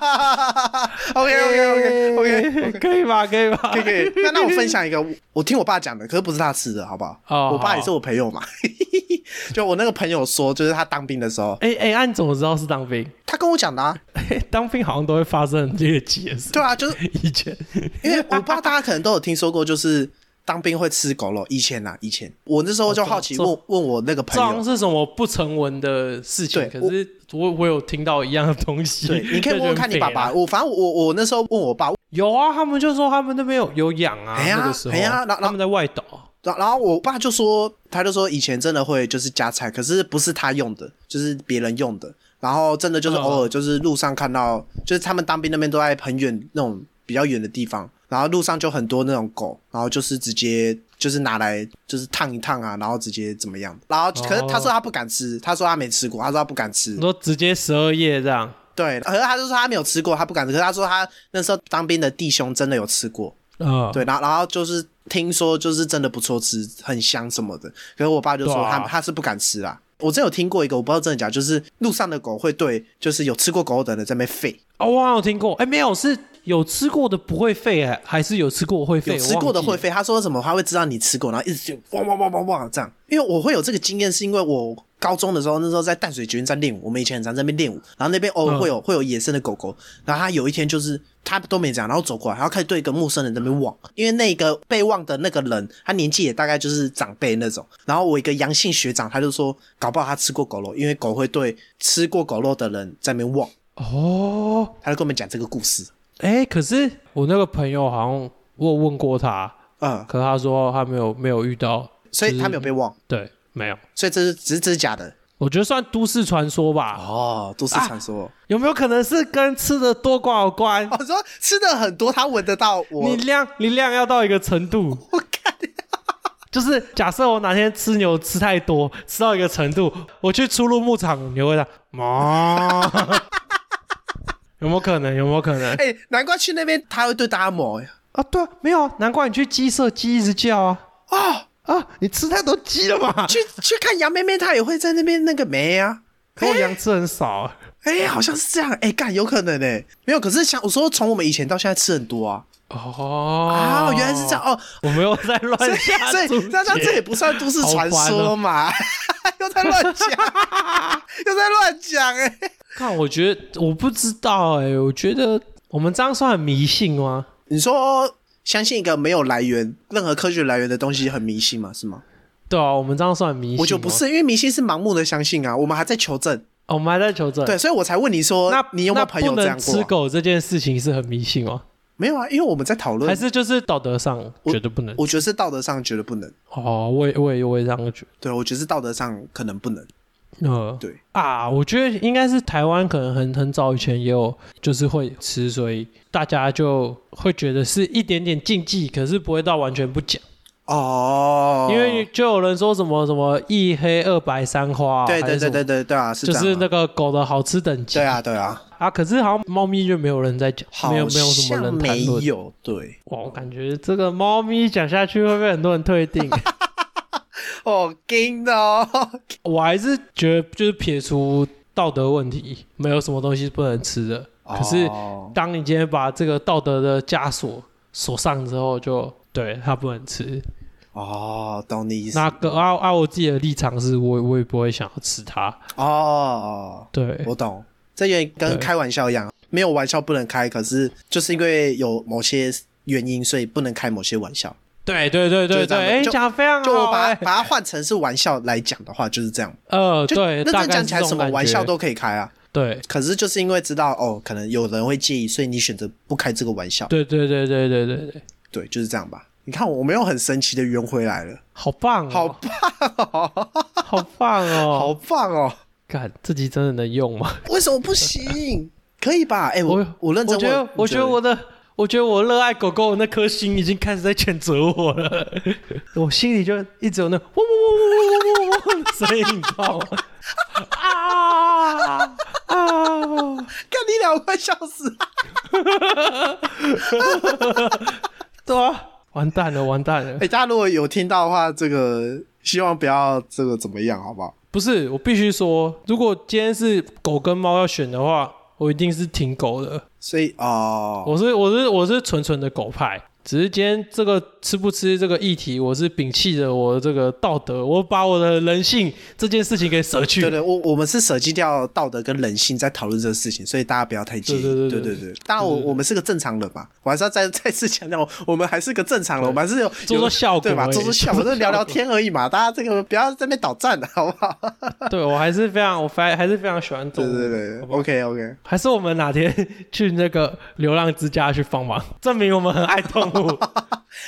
S3: OK OK OK OK，
S2: 可以吧？可以吧？
S3: 可以可以。那那我分享一个，我我听我爸讲的，可是不是他吃的，好不好？
S2: 哦
S3: 我爸
S2: 好
S3: 也是我朋友嘛。 就我那个朋友说，就是他当兵的时候，
S2: 哎哎，按、你怎么知道是当兵？
S3: 他跟我讲的啊。
S2: 嘿当兵好像都会发生很猎奇的事。
S3: 对啊，哎就是
S2: 以前
S3: 因 为我不知道大家可能都有听说过，就是当兵会吃狗肉。以前啊，以前我那时候就好奇
S2: 这
S3: 问问我那个
S2: 这好
S3: 朋
S2: 像
S3: 友，
S2: 是什么不成文的事情，
S3: 对
S2: 可是我我有听到一样的东西。
S3: 对， 你可以问问看你爸爸。
S2: 就觉得很匪夷。啊
S3: 我反正我我那时候问我爸，
S2: 有啊，他们就说他们那边有有养啊，
S3: 哎呀
S2: 那个时候
S3: 哎呀然后
S2: 他们在外岛。
S3: 然然后我爸就说，他就说以前真的会就是夹菜，可是不是他用的，就是别人用的。然后真的就是
S2: 嗯
S3: 偶尔就是路上看到，就是他们当兵那边都在很远那种比较远的地方，然后路上就很多那种狗，然后就是直接就是拿来就是烫一烫啊，然后直接怎么样？然后可是他说他不敢吃，他说他没吃过，他说他不敢吃
S2: 你，说直接十二夜这样
S3: 对。可是他就说他没有吃过，他不敢吃。可是他说他那时候当兵的弟兄真的有吃过，
S2: 啊？
S3: 对，然后然后就是听说就是真的不错吃，很香什么的。可是我爸就说
S2: 对啊
S3: 他、他是不敢吃啦。我真有听过一个，我不知道真的假的，就是路上的狗会对就是有吃过狗肉的人在那边吠，
S2: 哦，我好像有听过。哎，没有，是有吃过的不会吠，哎还是有吃过会吠？
S3: 有吃过的
S2: 我
S3: 会
S2: 忘记了。
S3: 吠。他说什么他会知道你吃过，然后一直就汪汪汪汪汪这样。因为我会有这个经验，是因为我高中的时候那时候在淡水捷运站练舞，我们以前很常在那边练舞，然后那边偶
S2: 嗯
S3: 尔会有、会有野生的狗狗，然后他有一天就是他都没讲，然后走过来，然后开始对一个陌生人在那边望，因为那个被望的那个人，他年纪也大概就是长辈那种。然后我一个阳性学长，他就说，搞不好他吃过狗肉，因为狗会对吃过狗肉的人在那边望，
S2: 哦，
S3: 他就跟我们讲这个故事。
S2: 哎，可是我那个朋友好像我有问过他，
S3: 嗯，
S2: 可他说他没有没有遇到，
S3: 所以他没有被望，
S2: 对，没有。
S3: 所以这是只是这是假的
S2: 我觉得算都市传说吧。
S3: 哦，都市传说。
S2: 有没有可能是跟吃的多寡有 关？
S3: 啊我说吃的很多，他闻得到我
S2: 你。量你量要到一个程度，
S3: 我看
S2: 就是假设我哪天吃牛吃太多，吃到一个程度，我去出入牧场，牛会讲妈， 有没有可能？有没有可能？
S3: 哎、难怪去那边他会对大家哎抹呀。
S2: 啊，对啊，没有啊，难怪你去鸡舍鸡一直叫啊
S3: 哦，
S2: 啊！你吃太多鸡了吧？
S3: 去去看杨妹妹，她也会在那边那个没啊。
S2: 可我羊吃很少、啊，
S3: 哎、好像是这样。哎、干有可能哎、没有。可是像我说，从我们以前到现在吃很多啊。
S2: 哦
S3: 啊，原来是这样，哦。
S2: 我没有在
S3: 所
S2: 乱
S3: 以
S2: 下
S3: 所
S2: 注
S3: 以
S2: 解
S3: 那那这也不算都市传说嘛。 又在乱讲，又在乱讲哎、
S2: 看，我觉得我不知道哎、我觉得我们这样算很迷信吗？
S3: 你说相信一个没有来源、任何科学来源的东西很迷信嘛？是吗？
S2: 对啊，我们这样算迷信吗？
S3: 我觉得不是，因为迷信是盲目的相信啊，我们还在求证。
S2: 哦，我们还在求证。
S3: 对，，所以我才问你说，
S2: 那
S3: 你有没有朋友这
S2: 那
S3: 样过
S2: 不能吃
S3: 啊、
S2: 狗这件事情是很迷信吗？
S3: 没有啊，因为我们在讨
S2: 还
S3: 论，
S2: 是就是道德上觉得不能？
S3: 我觉得是道德上觉得不能，
S2: 哦，我也我也我也这样觉
S3: 对我觉得是道德上可能不能，
S2: 得。呃，
S3: 对
S2: 啊，我觉得应该是台湾可能很很早以前也有就是会吃，所以大家就会觉得是一点点禁忌，可是不会到完全不讲。
S3: 哦，
S2: 因为就有人说什么什么一黑二白三花，啊
S3: 对
S2: 还
S3: 对
S2: 是什
S3: 对对
S2: 么
S3: 对对啊，是这
S2: 就
S3: 样啊
S2: 是那个狗的好吃等级
S3: 对啊对啊，
S2: 啊，可是好像猫咪就没有人在讲，
S3: 好
S2: 没有没有什么
S3: 像
S2: 人
S3: 没
S2: 谈论。
S3: 有，对，
S2: 哇，我感觉这个猫咪讲下去会被很多人 退订。
S3: 哦，惊的哦，
S2: 我还是觉得就是撇除道德问题，没有什么东西是不能吃的。可是
S3: 哦
S2: 当你今天把这个道德的枷锁锁上之后就，对他不能吃。
S3: 哦，懂你意思。
S2: 那个啊啊，我自己的立场是我我也不会想要吃它。
S3: 哦哦，
S2: 对
S3: 我懂。这有点跟
S2: 对
S3: 开玩笑一样，没有玩笑不能开，可是就是因为有某些原因，所以不能开某些玩笑。
S2: 对对对
S3: 就是
S2: 对
S3: 这样
S2: 对，
S3: 的
S2: 哎，
S3: 就
S2: 讲得非常
S3: 就我
S2: 好。
S3: 把它
S2: 哎
S3: 把它换成是玩笑来讲的话，就是这样。
S2: 呃，
S3: 就
S2: 对，
S3: 认
S2: 大
S3: 真
S2: 概
S3: 讲
S2: 是
S3: 起来，
S2: 这种
S3: 什么
S2: 感
S3: 玩笑
S2: 觉
S3: 都可以开啊。
S2: 对。
S3: 可是就是因为知道哦，可能有人会介意，所以你选择不开这个玩笑。
S2: 对对对对对对对，
S3: 对，就是这样吧。你看，我们用很神奇的圆回来了，
S2: 好棒、哦，
S3: 好
S2: 棒、哦， 好棒哦！
S3: 好棒哦！
S2: 干，这集真的能用吗？
S3: 为什么不行？可以吧？哎、我我认真
S2: 我觉
S3: 问
S2: 得，我觉得我的，我觉得我热爱狗狗的那颗心已经开始在谴责我了， 我心里就一直有那嗡嗡嗡嗡嗡嗡嗡的声音，你知道吗？ 啊啊！
S3: 看你俩我快笑死了。
S2: 对啊，完蛋了，完蛋了
S3: 哎、！大家如果有听到的话，这个希望不要这个怎么样，好不好？
S2: 不是，我必须说，如果今天是狗跟猫要选的话，我一定是挺狗的。
S3: 所以哦，
S2: 我是我是我是纯纯的狗派，只是今天这个吃不吃这个议题，我是摒弃了我的这个道德，我把我的人性这件事情给舍去。
S3: 对对，我我们是舍弃掉道德跟人性在讨论这个事情，所以大家不要太介意。
S2: 对对
S3: 对
S2: 对
S3: 对
S2: 对
S3: 当然我我们是个正常人嘛，我还是要再 再次强调，我们还是个正常人，我们还是有
S2: 做做效果
S3: 对吧？
S2: 而已
S3: 做做 效果，就聊聊天而已嘛。大家这个不要在那边捣蛋了，好不好？
S2: 对我还是非常我非还是非常喜欢动
S3: 对
S2: 物。
S3: 对对，OK OK，
S2: 还是我们哪天去那个流浪之家去帮忙，证明我们很爱动 物。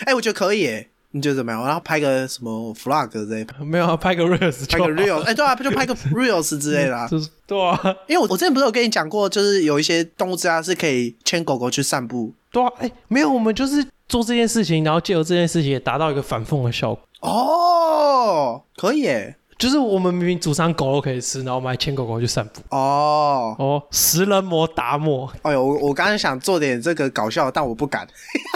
S3: 哎、我觉得可以耶，你觉得怎么样？然后拍个什么 vlog 之类，
S2: 没有啊拍个 reels
S3: 拍
S2: 就
S3: 个
S2: 好
S3: reels，哎、对啊，就拍个 reels 之类的、啊。
S2: 就是对啊
S3: 因为我我之前不是有跟你讲过，就是有一些动物之家是可以牵狗狗去散步。
S2: 对啊，哎、没有，我们就是做这件事情，然后借由这件事情也达到一个反讽的效果。
S3: 哦，可以耶，
S2: 就是我们明明主张狗肉可以吃，然后我们还牵狗狗去散步。
S3: 哦，
S2: 哦，食人魔达摩
S3: 哎呦，我我刚刚想做点这个搞笑，但我不敢，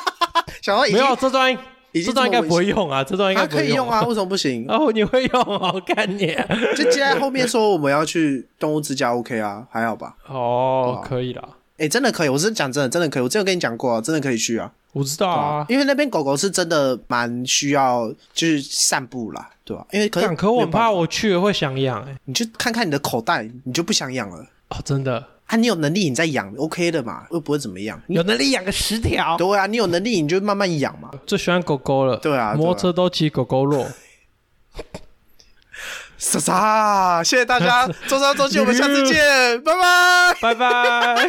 S3: 想到已
S2: 没
S3: 经
S2: 有这段，
S3: 已经
S2: 这段应该不会用啊，这段应该
S3: 啊，
S2: 不
S3: 可
S2: 会
S3: 以用
S2: 啊
S3: 啊，。为什么不行？
S2: 哦，你会用啊？我看 你啊。
S3: 就接在后面说我们要去动物之家，OK 啊，还好吧？
S2: 哦，
S3: 对啊
S2: 可以啦，
S3: 哎、真的可以，我是讲真的，真的可以，我之前有跟你讲过、啊，真的可以去啊。
S2: 我知道啊。
S3: 因为那边狗狗是真的蛮需要就是散步啦，对吧、因为可是
S2: 但可我很怕
S3: 没有办法，
S2: 我去了会想养哎。
S3: 你去看看你的口袋，你就不想养了
S2: 哦，真的，
S3: 啊！你有能力你再养，OK 的嘛，又不会怎么样。
S2: 有能力养个十条。
S3: 对啊，你有能力你就慢慢养嘛。
S2: 最喜欢狗狗了。
S3: 对啊对啊
S2: 摩托车都骑狗狗肉。
S3: 莎莎，谢谢大家，周三周七，我们下次见，拜拜。
S2: 拜拜。